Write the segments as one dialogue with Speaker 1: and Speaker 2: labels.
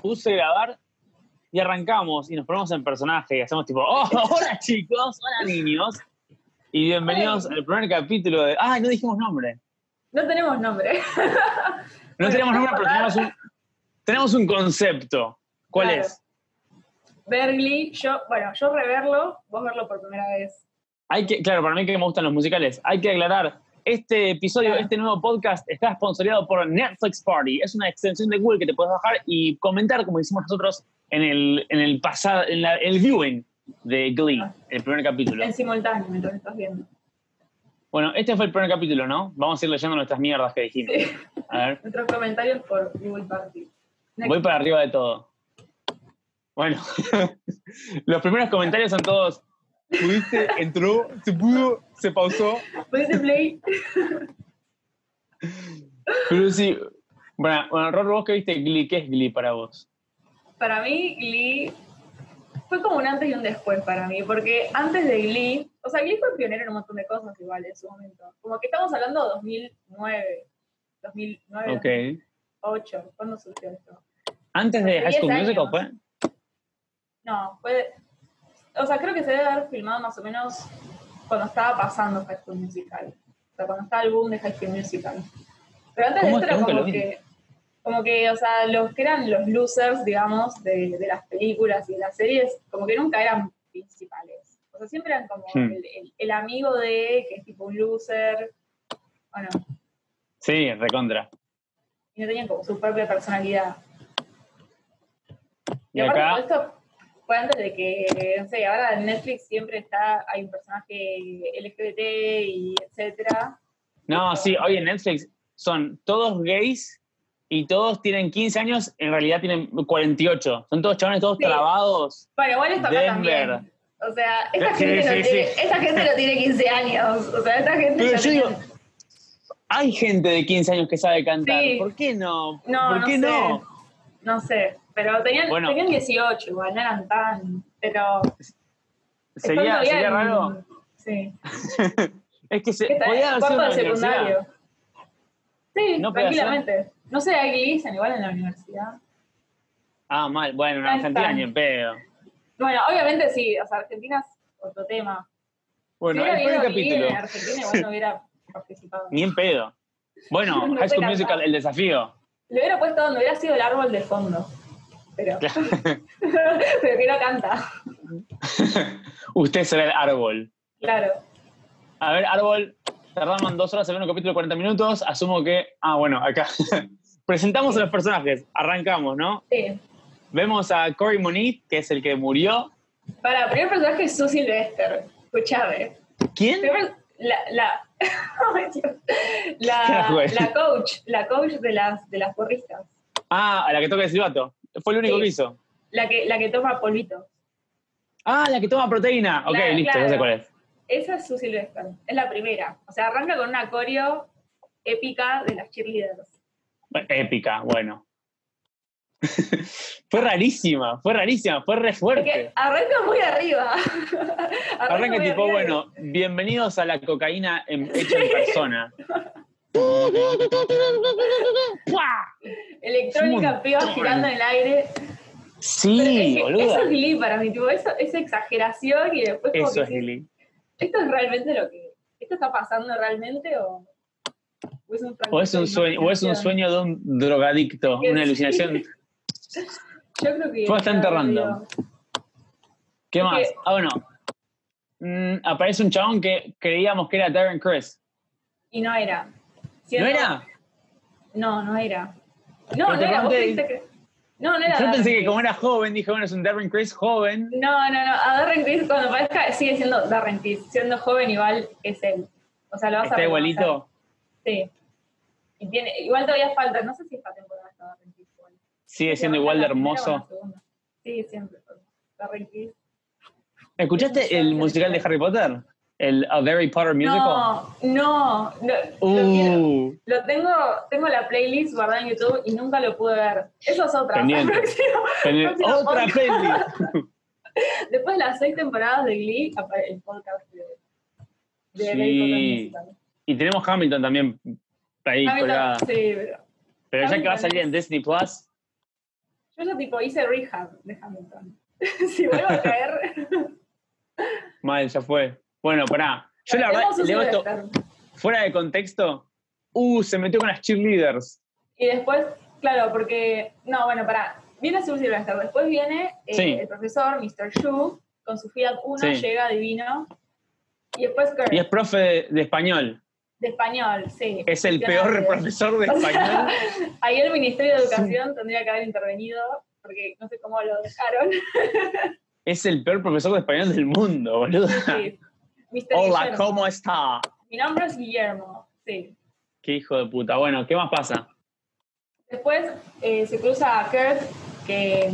Speaker 1: puse a grabar y arrancamos y nos ponemos en personaje y hacemos tipo, oh, hola chicos, hola niños. Y bienvenidos al primer capítulo de. ¡Ay, no dijimos nombre!
Speaker 2: No tenemos nombre.
Speaker 1: No
Speaker 2: Bueno,
Speaker 1: tenemos nombre, pero
Speaker 2: para-
Speaker 1: tenemos un, tenemos un concepto. ¿Cuál
Speaker 2: Claro.
Speaker 1: es?
Speaker 2: Bergli, yo, bueno, yo reverlo, vos verlo por primera vez.
Speaker 1: Hay que, claro, para mí que me gustan los musicales, hay que aclarar, este episodio,
Speaker 2: Claro.
Speaker 1: este nuevo podcast está sponsoreado por Netflix Party. Es una extensión de Google que te puedes bajar y comentar como hicimos nosotros en el, en el pasado, en la- el viewing de Glee,
Speaker 2: Ah.
Speaker 1: el primer capítulo.
Speaker 2: En simultáneo, mientras estás viendo.
Speaker 1: Bueno, este fue el primer capítulo, ¿no? Vamos a ir leyendo nuestras mierdas que dijimos.
Speaker 2: Sí.
Speaker 1: A ver,
Speaker 2: Nuestros comentarios por Google Party. Next.
Speaker 1: voy para arriba de todo. Bueno, los primeros comentarios son todos. Pudiste, entró, se pudo, se pausó,
Speaker 2: Puse play.
Speaker 1: Pero sí, bueno, bueno Ror, vos que viste Glee, ¿qué es Glee para vos?
Speaker 2: Para mí, Glee fue como un antes y un después para mí, porque antes de Glee, o sea, Glee fue pionero en un montón de cosas igual en su momento. Como que estamos hablando de 2009, 2009,
Speaker 1: Ok.
Speaker 2: 2008, ¿cuándo surgió esto?
Speaker 1: ¿Antes de
Speaker 2: Hace
Speaker 1: High School
Speaker 2: 10
Speaker 1: Musical
Speaker 2: años.
Speaker 1: fue?
Speaker 2: No, fue. O sea, creo que se debe haber filmado más o menos cuando estaba pasando High School Musical. O sea, cuando estaba el boom de High School Musical. Pero antes de
Speaker 1: ¿Cómo
Speaker 2: esto
Speaker 1: es que
Speaker 2: era
Speaker 1: nunca
Speaker 2: como
Speaker 1: lo vi?
Speaker 2: que. Como que, o sea, los que eran los losers, digamos, de, de las películas y de las series, como que nunca eran principales. O sea, siempre eran como
Speaker 1: Hmm.
Speaker 2: el, el- el amigo de, que es tipo un loser. Bueno,
Speaker 1: Sí, recontra.
Speaker 2: y no tenían como su propia personalidad.
Speaker 1: Y
Speaker 2: aparte,
Speaker 1: acá,
Speaker 2: todo esto fue antes de que, no sé, ahora en Netflix siempre está, hay un personaje LGBT y etcétera.
Speaker 1: no, sí, hoy en Netflix son todos gays y todos tienen 15 años, en realidad tienen 48. Son todos chavales, todos
Speaker 2: Sí.
Speaker 1: trabaros.
Speaker 2: Bueno, igual esto acá
Speaker 1: Denver.
Speaker 2: también. O sea, esta,
Speaker 1: Sí,
Speaker 2: gente
Speaker 1: sí,
Speaker 2: no tiene,
Speaker 1: sí.
Speaker 2: esta gente no tiene 15 años. O sea, esta gente
Speaker 1: Pero
Speaker 2: ya
Speaker 1: yo digo,
Speaker 2: tiene-
Speaker 1: hay gente de 15 años que sabe cantar.
Speaker 2: Sí.
Speaker 1: ¿Por qué no?
Speaker 2: No,
Speaker 1: ¿Por
Speaker 2: no
Speaker 1: qué
Speaker 2: sé.
Speaker 1: no?
Speaker 2: no sé, pero tenían,
Speaker 1: Bueno.
Speaker 2: tenían 18, igual, no eran tan, pero...
Speaker 1: Sería,
Speaker 2: estando
Speaker 1: sería
Speaker 2: bien,
Speaker 1: raro.
Speaker 2: Sí.
Speaker 1: Es que se,
Speaker 2: ¿Qué tal?
Speaker 1: podía haber sido
Speaker 2: Cuarto
Speaker 1: una
Speaker 2: de
Speaker 1: universidad.
Speaker 2: secundario. Sí,
Speaker 1: No puede ser.
Speaker 2: tranquilamente. No sé, aquí dicen igual en la universidad.
Speaker 1: Ah, mal. Bueno, en
Speaker 2: Ahí
Speaker 1: Argentina
Speaker 2: está.
Speaker 1: ni en pedo.
Speaker 2: Bueno, obviamente sí, o sea, Argentina es otro tema.
Speaker 1: Bueno,
Speaker 2: si hubiera
Speaker 1: el primer
Speaker 2: habido Glee
Speaker 1: capítulo.
Speaker 2: en Argentina igual no hubiera participado.
Speaker 1: Ni en pedo. Bueno,
Speaker 2: No
Speaker 1: High
Speaker 2: sé
Speaker 1: School
Speaker 2: cantar.
Speaker 1: Musical, el desafío.
Speaker 2: Lo hubiera puesto donde hubiera sido el árbol de fondo. Pero, pero que no canta.
Speaker 1: Usted será el árbol.
Speaker 2: Claro.
Speaker 1: A ver, árbol, tardaban dos horas en ver un capítulo de 40 minutos. Asumo que. Ah, bueno, acá. Presentamos a los personajes. Arrancamos, ¿no?
Speaker 2: Sí.
Speaker 1: Vemos a Cory Moniz, que es el que murió.
Speaker 2: Para, primer personaje es Sue Sylvester. Escuchame.
Speaker 1: ¿Quién?
Speaker 2: Primer- la, la, Ay, Dios.
Speaker 1: Ya
Speaker 2: la,
Speaker 1: fue.
Speaker 2: la coach, la coach de las, de las porristas.
Speaker 1: Ah, a la que toca el silbato. Fue el único
Speaker 2: Sí.
Speaker 1: que hizo.
Speaker 2: La que, la que toma polvito.
Speaker 1: Ah, la que toma proteína. Ok,
Speaker 2: Claro,
Speaker 1: listo, ya sé
Speaker 2: claro.
Speaker 1: cuál es.
Speaker 2: Esa es Sue Sylvester. Es la primera. O sea, arranca con una coreo épica de las cheerleaders.
Speaker 1: Bueno, Épica, bueno. fue rarísima, fue rarísima, fue re fuerte.
Speaker 2: Porque arranca muy arriba.
Speaker 1: Arranca
Speaker 2: muy
Speaker 1: tipo,
Speaker 2: arriba y-
Speaker 1: bueno, bienvenidos a la cocaína en- hecha en persona. ¡Pua!
Speaker 2: Electrónica
Speaker 1: un
Speaker 2: piba
Speaker 1: montón.
Speaker 2: girando en el aire. Pero
Speaker 1: sí,
Speaker 2: es que
Speaker 1: boluda.
Speaker 2: eso es Glee para mí, tipo, eso, esa exageración y después como
Speaker 1: Eso es
Speaker 2: que,
Speaker 1: Lili.
Speaker 2: ¿esto es realmente lo que, esto está pasando realmente o, o es un
Speaker 1: O es un sueño, o es un sueño de un drogadicto,
Speaker 2: Que
Speaker 1: una
Speaker 2: sí.
Speaker 1: alucinación.
Speaker 2: Yo creo que...
Speaker 1: Fue bastante
Speaker 2: claro,
Speaker 1: random.
Speaker 2: digo,
Speaker 1: ¿Qué
Speaker 2: Es
Speaker 1: más?
Speaker 2: que-
Speaker 1: Ah, bueno. Mm, aparece un chabón que creíamos que era Darren Criss.
Speaker 2: Y no era.
Speaker 1: ¿No
Speaker 2: Siendo-
Speaker 1: era?
Speaker 2: No, no era. No,
Speaker 1: Pero
Speaker 2: no
Speaker 1: te
Speaker 2: era. vos
Speaker 1: pregunté-
Speaker 2: dijiste que- No, no era.
Speaker 1: Yo pensé
Speaker 2: Darren
Speaker 1: que como era joven, dije, bueno, es un Darren Criss joven.
Speaker 2: Criss. No, no, no. A Darren Criss cuando parezca sigue siendo Darren Criss. Siendo joven igual es él. O sea, lo vas a
Speaker 1: Está
Speaker 2: reconocer.
Speaker 1: igualito.
Speaker 2: Sí. Y tiene, igual todavía falta, no sé si esta temporada está Darren Criss igual.
Speaker 1: Sigue siendo
Speaker 2: Si
Speaker 1: igual de
Speaker 2: aguanta la
Speaker 1: hermoso.
Speaker 2: primera o la segunda. Sí, siempre. fue Darren Criss.
Speaker 1: ¿Escuchaste el musical de Harry Potter? ¿El A Very Potter Musical?
Speaker 2: No, no. no, lo quiero.
Speaker 1: Uh,
Speaker 2: Lo tengo, tengo la playlist guardada en YouTube y nunca lo pude ver. Eso es otra.
Speaker 1: Pendiente.
Speaker 2: Próximo-
Speaker 1: tenés
Speaker 2: próximo
Speaker 1: otra
Speaker 2: podcast.
Speaker 1: playlist.
Speaker 2: Después de las seis temporadas de Glee, apare- el podcast de, de
Speaker 1: Sí.
Speaker 2: Harry Potter Musical.
Speaker 1: Y tenemos Hamilton también ahí
Speaker 2: A mí
Speaker 1: colgada.
Speaker 2: tam- sí, pero
Speaker 1: Pero ya que va a
Speaker 2: Hamilton
Speaker 1: salir en Disney Plus,
Speaker 2: Yo ya tipo hice rehab de Hamilton. si vuelvo a caer,
Speaker 1: Mal, ya fue. Bueno, pará. Yo la verdad,
Speaker 2: tenemos un
Speaker 1: leo esto
Speaker 2: Sylvester.
Speaker 1: fuera de contexto. Uh, se metió con las cheerleaders.
Speaker 2: Y después, claro, porque. No, bueno, pará. Viene Sue Sylvester. Después viene eh,
Speaker 1: Sí.
Speaker 2: el profesor, Mr. Shu, con su Fiat Uno,
Speaker 1: Sí.
Speaker 2: llega divino. Y después Kurt,
Speaker 1: Y es profe de, de español.
Speaker 2: de español, sí.
Speaker 1: Es el
Speaker 2: Cuestionable.
Speaker 1: peor profesor de
Speaker 2: O sea,
Speaker 1: español.
Speaker 2: Ahí el Ministerio de Educación tendría que haber intervenido, porque no sé cómo lo dejaron.
Speaker 1: Es el peor profesor de español del mundo, boludo.
Speaker 2: Sí. Mr.
Speaker 1: Hola,
Speaker 2: Guillermo.
Speaker 1: ¿cómo está?
Speaker 2: Mi nombre es Guillermo, sí.
Speaker 1: Qué hijo de puta. Bueno, ¿qué más pasa?
Speaker 2: Después eh, se cruza a Kurt, que,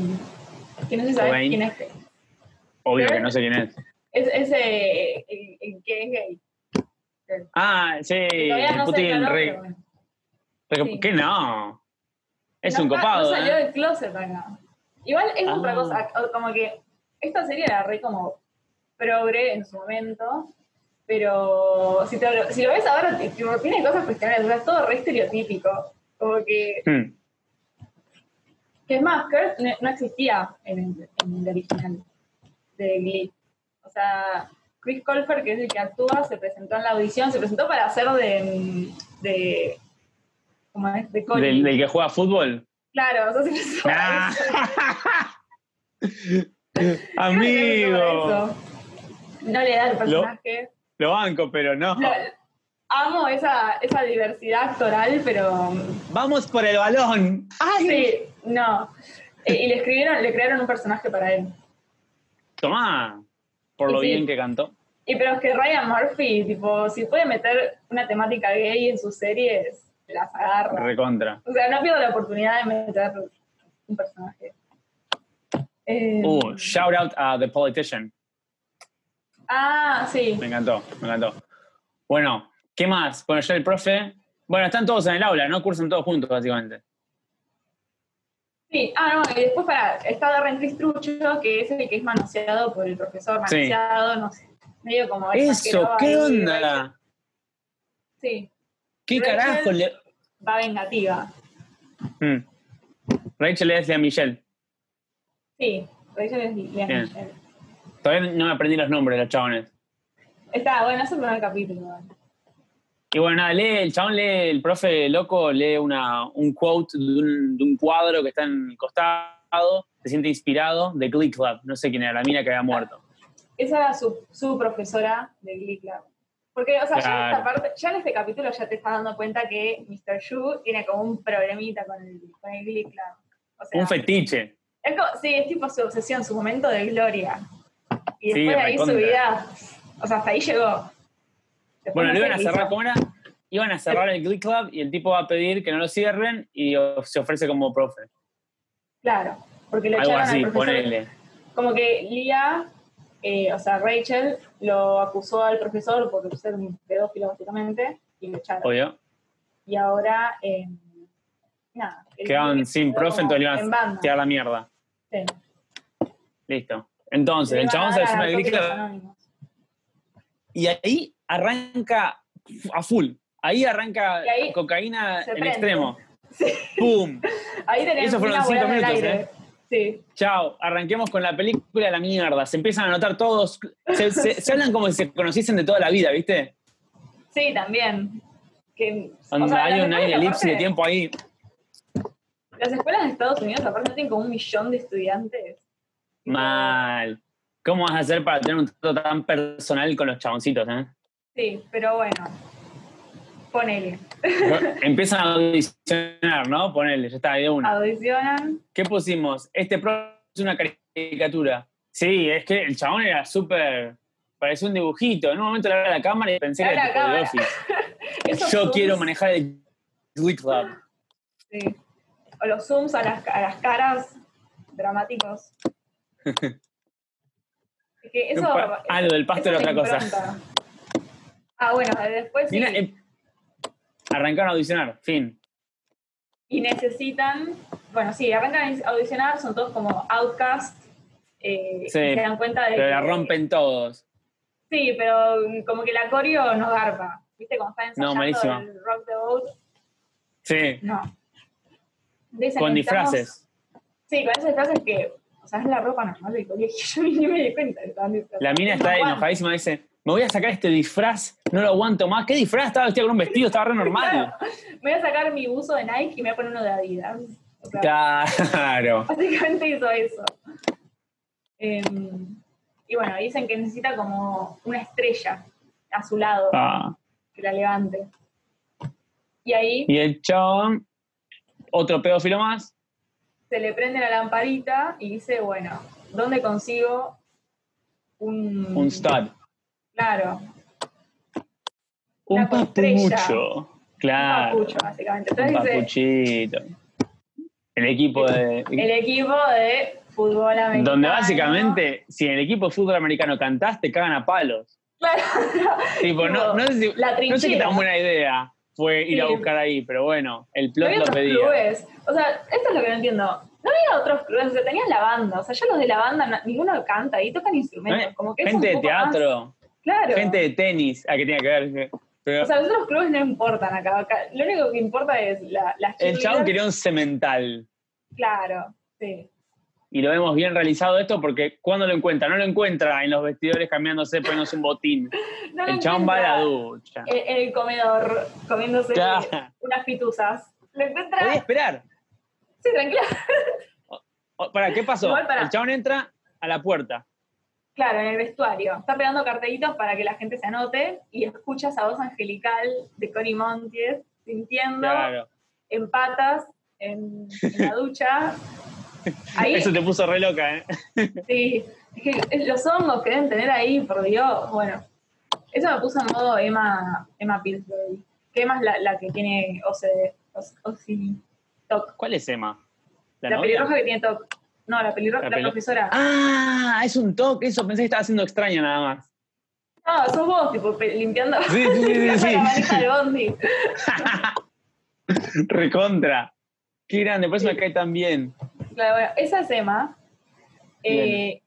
Speaker 2: que no se sabe
Speaker 1: Cobain.
Speaker 2: quién es.
Speaker 1: Obvio
Speaker 2: ¿Qué?
Speaker 1: que no sé quién es.
Speaker 2: Es, es, eh, el- el que es gay.
Speaker 1: Ah, sí,
Speaker 2: Que todavía no se
Speaker 1: Putin.
Speaker 2: declaró,
Speaker 1: re- re-
Speaker 2: pero bueno. sí.
Speaker 1: ¿Qué no? Es
Speaker 2: No
Speaker 1: un
Speaker 2: está-
Speaker 1: copado,
Speaker 2: No salió
Speaker 1: ¿eh?
Speaker 2: del closet acá. Igual es
Speaker 1: Ah.
Speaker 2: otra cosa, o- como que esta serie era re como progre en su momento, pero si, te lo- si lo ves ahora, te- tipo, tiene cosas cuestionables, o sea, es todo re estereotípico. Como que,
Speaker 1: Hmm.
Speaker 2: que es más, Kurt no, no existía en el, en el original de Glee. O sea, Chris Colfer, que es el que actúa, se presentó en la audición, se presentó para hacer de... de ¿Cómo es? De Colin.
Speaker 1: ¿Del, Ah, del que juega fútbol?
Speaker 2: Claro, o sea, se presentó para
Speaker 1: Nah.
Speaker 2: eso. Creo que no le
Speaker 1: Amigo,
Speaker 2: da eso. No le da el personaje.
Speaker 1: lo banco, pero no.
Speaker 2: La- amo esa, esa diversidad actoral, pero.
Speaker 1: Vamos por el balón.
Speaker 2: Sí, no. Eh, Y le escribieron, le crearon un personaje para él.
Speaker 1: Tomá, por
Speaker 2: Y
Speaker 1: lo
Speaker 2: sí.
Speaker 1: bien que cantó.
Speaker 2: Y pero es que Ryan Murphy, tipo, si puede meter una temática gay en sus series, las agarra.
Speaker 1: Recontra.
Speaker 2: O sea, no pierdo la oportunidad de meter un personaje. Eh,
Speaker 1: Uh, shout out a The Politician.
Speaker 2: ah, sí.
Speaker 1: Me encantó, me encantó. Bueno, ¿qué más? Bueno, yo el profe. Bueno, están todos en el aula, ¿no? Cursan todos juntos, básicamente.
Speaker 2: Sí, ah, no, y después para, está Darren Cristrucho, que es el que es manoseado por el profesor,
Speaker 1: Sí.
Speaker 2: manoseado, no sé, medio como...
Speaker 1: Eso,
Speaker 2: exagerado
Speaker 1: ¿qué
Speaker 2: ahí,
Speaker 1: onda?
Speaker 2: Sí,
Speaker 1: ¿Qué
Speaker 2: Rachel-
Speaker 1: carajo le.?
Speaker 2: va vengativa.
Speaker 1: Mm. Rachel le decía a Michelle.
Speaker 2: Sí, Rachel es lesbiana,
Speaker 1: Bien.
Speaker 2: Michelle.
Speaker 1: Todavía no me aprendí los nombres de los chabones.
Speaker 2: Está, bueno, es el primer capítulo. ¿no?
Speaker 1: Y bueno, nada, lee, el chabón lee, el profe loco lee una, un quote de un, de un cuadro que está en el costado, se siente inspirado, de Glee Club, no sé quién era, la mina que había muerto.
Speaker 2: Esa era su, su profesora de Glee Club. Porque, o sea, ya, en esta
Speaker 1: Claro.
Speaker 2: parte, ya en este capítulo ya te estás dando cuenta que Mr. Yu tiene como un problemita con el, con el Glee Club. O sea,
Speaker 1: Un fetiche.
Speaker 2: Es como- sí, es tipo su obsesión, su momento de gloria. Y
Speaker 1: Sí,
Speaker 2: después de ahí su
Speaker 1: recontra.
Speaker 2: vida, o sea, hasta ahí llegó. Después
Speaker 1: Bueno,
Speaker 2: no
Speaker 1: lo
Speaker 2: sé
Speaker 1: iban a
Speaker 2: qué
Speaker 1: cerrar,
Speaker 2: hizo.
Speaker 1: ¿cómo era? Iban a cerrar el Glee Club y el tipo va a pedir que no lo cierren y o- se ofrece como profe.
Speaker 2: Claro, porque lo
Speaker 1: Algo
Speaker 2: echaron
Speaker 1: así,
Speaker 2: al profesor.
Speaker 1: ponele.
Speaker 2: Como que Lía, eh, o sea, Rachel, lo acusó al profesor por ser un pedófilo básicamente, y lo echaron.
Speaker 1: Obvio.
Speaker 2: Y ahora, eh, nada. el-
Speaker 1: Quedaban sin
Speaker 2: quedó
Speaker 1: profe,
Speaker 2: como
Speaker 1: entonces le
Speaker 2: en
Speaker 1: iban a
Speaker 2: banda.
Speaker 1: tirar la mierda.
Speaker 2: Sí.
Speaker 1: Listo. Entonces,
Speaker 2: Le
Speaker 1: el
Speaker 2: iban a
Speaker 1: chabón se
Speaker 2: dar a
Speaker 1: suma al Glee
Speaker 2: Narcóticos
Speaker 1: Club
Speaker 2: Anónimos.
Speaker 1: Y ahí arranca a full. Ahí arranca
Speaker 2: Y ahí
Speaker 1: cocaína
Speaker 2: se
Speaker 1: en
Speaker 2: prende.
Speaker 1: extremo. ¡Pum!
Speaker 2: Ahí tenemos
Speaker 1: Esos fueron
Speaker 2: una
Speaker 1: cinco
Speaker 2: volada en el
Speaker 1: minutos,
Speaker 2: aire. Sí.
Speaker 1: Chao, arranquemos con la película de la mierda. Se empiezan a anotar todos. Se, se- se hablan como si se conociesen de toda la vida, ¿viste?
Speaker 2: Sí, también. Que, o
Speaker 1: Cuando
Speaker 2: sea,
Speaker 1: hay
Speaker 2: las
Speaker 1: un
Speaker 2: escuelas,
Speaker 1: hay elipsis
Speaker 2: aparte,
Speaker 1: de tiempo ahí.
Speaker 2: Las escuelas de Estados Unidos, aparte, no tienen como un millón de estudiantes.
Speaker 1: Mal. ¿Cómo vas a hacer para tener un trato tan personal con los chaboncitos, eh?
Speaker 2: Sí, pero bueno. Ponele.
Speaker 1: Empiezan a audicionar, ¿no? Ponele, ya está, de
Speaker 2: Ah.
Speaker 1: una.
Speaker 2: Audicionan.
Speaker 1: ¿Qué pusimos? Este pro es una caricatura. Sí, es que el chabón era súper. Parecía un dibujito. En un momento le hablaba a la cámara y pensé que
Speaker 2: Le
Speaker 1: era tipo
Speaker 2: hablaba a
Speaker 1: de
Speaker 2: la
Speaker 1: Office.
Speaker 2: Esos
Speaker 1: Yo
Speaker 2: Zooms,
Speaker 1: quiero manejar el Glee Club.
Speaker 2: sí. O los zooms a las, a las caras dramáticos. Es que eso.
Speaker 1: Pa- ah, lo del pasto
Speaker 2: eso
Speaker 1: era
Speaker 2: me
Speaker 1: otra cosa.
Speaker 2: impronta. Ah, bueno, después. sí.
Speaker 1: Mira, em- arrancaron a audicionar, fin.
Speaker 2: y necesitan, bueno, sí, arrancan a audicionar, son todos como outcast, eh,
Speaker 1: Sí,
Speaker 2: y se dan cuenta de
Speaker 1: Pero la
Speaker 2: que-
Speaker 1: rompen todos.
Speaker 2: Sí, pero mm, como que la coreo no garpa, ¿viste? Cuando están
Speaker 1: No,
Speaker 2: ensayando
Speaker 1: malísimo.
Speaker 2: el Rock the Boat,
Speaker 1: Sí,
Speaker 2: no. Dicen,
Speaker 1: con
Speaker 2: necesitamos-
Speaker 1: disfraces.
Speaker 2: Sí, con esas frases que, o sea, es la ropa normal del colegio. Yo ni me di cuenta. estaban disfrazadas.
Speaker 1: La mina está
Speaker 2: No aguanto.
Speaker 1: enojadísima, dice, me voy a sacar este disfraz, no lo aguanto más. ¿Qué disfraz? Estaba vestida con un vestido, estaba re normal.
Speaker 2: Me voy a sacar mi buzo de Nike y me voy a poner uno de Adidas. O sea,
Speaker 1: Claro.
Speaker 2: Básicamente hizo eso. Em, y bueno, dicen que necesita como una estrella a su lado
Speaker 1: Ah.
Speaker 2: que la levante. Y ahí
Speaker 1: Y el chabón, otro pedófilo más,
Speaker 2: se le prende la lamparita y dice, bueno, ¿dónde consigo un...
Speaker 1: un stud.
Speaker 2: Claro,
Speaker 1: Un
Speaker 2: Una costrella.
Speaker 1: papucho.
Speaker 2: un
Speaker 1: Claro.
Speaker 2: papucho, básicamente.
Speaker 1: Un
Speaker 2: Entonces dice,
Speaker 1: papuchito. El equipo de...
Speaker 2: el equipo de fútbol americano...
Speaker 1: Donde básicamente, si en el equipo de fútbol americano cantaste, cagan a palos.
Speaker 2: Claro,
Speaker 1: Tipo, no, no sé si-
Speaker 2: la
Speaker 1: no sé qué
Speaker 2: trinchera.
Speaker 1: tan buena idea fue ir a
Speaker 2: Sí.
Speaker 1: buscar ahí, pero bueno, el
Speaker 2: No
Speaker 1: plot
Speaker 2: había
Speaker 1: lo
Speaker 2: otros
Speaker 1: pedía.
Speaker 2: clubes. O sea, esto es lo que no entiendo. No había otros clubes, o sea, tenías la banda. O sea, ya los de la banda, na- ninguno canta y tocan instrumentos.
Speaker 1: No,
Speaker 2: como que es un
Speaker 1: Eh, Gente de
Speaker 2: poco más-
Speaker 1: teatro,
Speaker 2: claro.
Speaker 1: gente de tenis, ¿a qué tiene que ver? eh, Pero
Speaker 2: O sea, los otros clubes no importan acá. acá lo único que importa es la, las
Speaker 1: el chabón
Speaker 2: cheerleaders.
Speaker 1: quería un cemental.
Speaker 2: Claro, sí.
Speaker 1: Y lo vemos bien realizado esto porque cuando lo encuentra, no lo encuentra en los vestidores cambiándose, poniéndose un botín.
Speaker 2: No lo
Speaker 1: El chabón va a
Speaker 2: encuentra
Speaker 1: la ducha.
Speaker 2: En, en el comedor, comiéndose
Speaker 1: Claro.
Speaker 2: unas pituzas. Lo encuentra.
Speaker 1: Podía esperar.
Speaker 2: Sí, tranquila.
Speaker 1: O- ¿Para qué pasó?
Speaker 2: Igual pará.
Speaker 1: El chabón entra a la puerta.
Speaker 2: Claro, en el vestuario. Está pegando cartelitos para que la gente se anote y escucha esa voz angelical de Connie Montiel sintiendo.
Speaker 1: Claro.
Speaker 2: en patas, en, en la ducha. Ahí,
Speaker 1: Eso te puso re loca, ¿eh?
Speaker 2: sí. Es que es- los hongos que deben tener ahí, por Dios. Bueno, eso me puso en modo Emma, Emma Pillsbury. Que Emma es la, la que tiene OCD, o- OCD, TOC.
Speaker 1: ¿Cuál es Emma?
Speaker 2: La,
Speaker 1: novia?
Speaker 2: pelirroja que tiene TOC. No, la pelirroja,
Speaker 1: La
Speaker 2: la,
Speaker 1: peli-
Speaker 2: profesora.
Speaker 1: Ah, es un toque, eso pensé que estaba haciendo extraña nada más.
Speaker 2: No, sos vos, tipo, pe- limpiando,
Speaker 1: Sí, sí, sí,
Speaker 2: limpiando
Speaker 1: sí,
Speaker 2: la
Speaker 1: sí.
Speaker 2: manija del bondi.
Speaker 1: Recontra. Qué grande, por eso me cae tan bien.
Speaker 2: Claro, bueno, esa es Emma. Eh,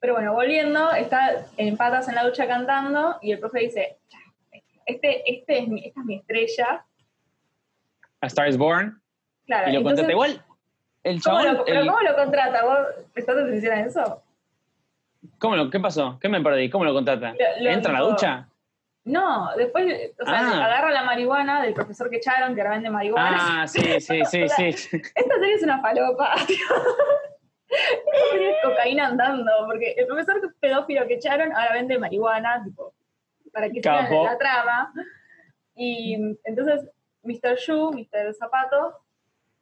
Speaker 2: pero bueno, volviendo, está en patas en la ducha cantando y el profe dice, este, este es mi, esta es mi estrella.
Speaker 1: A Star is Born.
Speaker 2: Claro,
Speaker 1: Y lo
Speaker 2: entonces,
Speaker 1: contrata igual. El
Speaker 2: ¿cómo
Speaker 1: chabón.
Speaker 2: lo, pero
Speaker 1: el-
Speaker 2: ¿cómo lo contrata? ¿Vos prestaste atención a eso?
Speaker 1: ¿cómo lo- ¿Qué pasó? ¿Qué me perdí? ¿Cómo lo contrata?
Speaker 2: Lo- lo
Speaker 1: ¿Entra a la
Speaker 2: dijo-
Speaker 1: ducha?
Speaker 2: No, después, o sea,
Speaker 1: Ah.
Speaker 2: agarra la marihuana del profesor que echaron, que ahora vende marihuana.
Speaker 1: Ah, sí, sí, sí, sí.
Speaker 2: Esta serie es una falopa, tío. Esta serie es cocaína andando, porque el profesor pedófilo que echaron ahora vende marihuana, tipo, para que sigan
Speaker 1: Capo.
Speaker 2: la trama. Y entonces Mr. Yu, Mr. Zapato,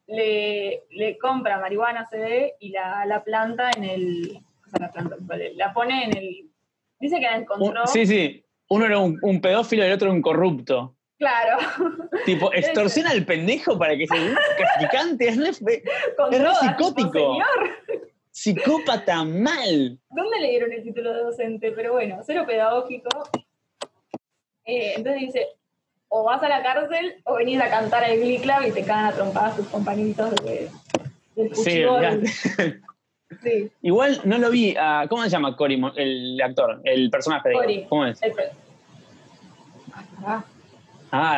Speaker 2: le, le compra marihuana, se ve, y la, la planta en el... O sea, la planta, vale, la pone en el... Dice que la
Speaker 1: Un-
Speaker 2: encontró.
Speaker 1: Oh, sí, sí. Uno era un, un pedófilo y el otro un corrupto.
Speaker 2: Claro.
Speaker 1: Tipo, extorsiona al pendejo para que se vuelva traficante. Es re fe-
Speaker 2: con
Speaker 1: Es re
Speaker 2: drogas, tipo,
Speaker 1: psicótico.
Speaker 2: Señor,
Speaker 1: psicópata mal.
Speaker 2: ¿Dónde le dieron el título de docente? Pero bueno, cero pedagógico. Eh, entonces dice, o vas a la cárcel o venís a cantar al Glee Club y te cagan a trompadas tus compañeritos de, del
Speaker 1: Sí,
Speaker 2: fuchibol.
Speaker 1: olvidate.
Speaker 2: Sí,
Speaker 1: Igual no lo vi. a- ¿Cómo se llama Cory, Mo- el actor? El personaje. digo.
Speaker 2: Cory.
Speaker 1: ¿Cómo es?
Speaker 2: el pre- Ah, pará.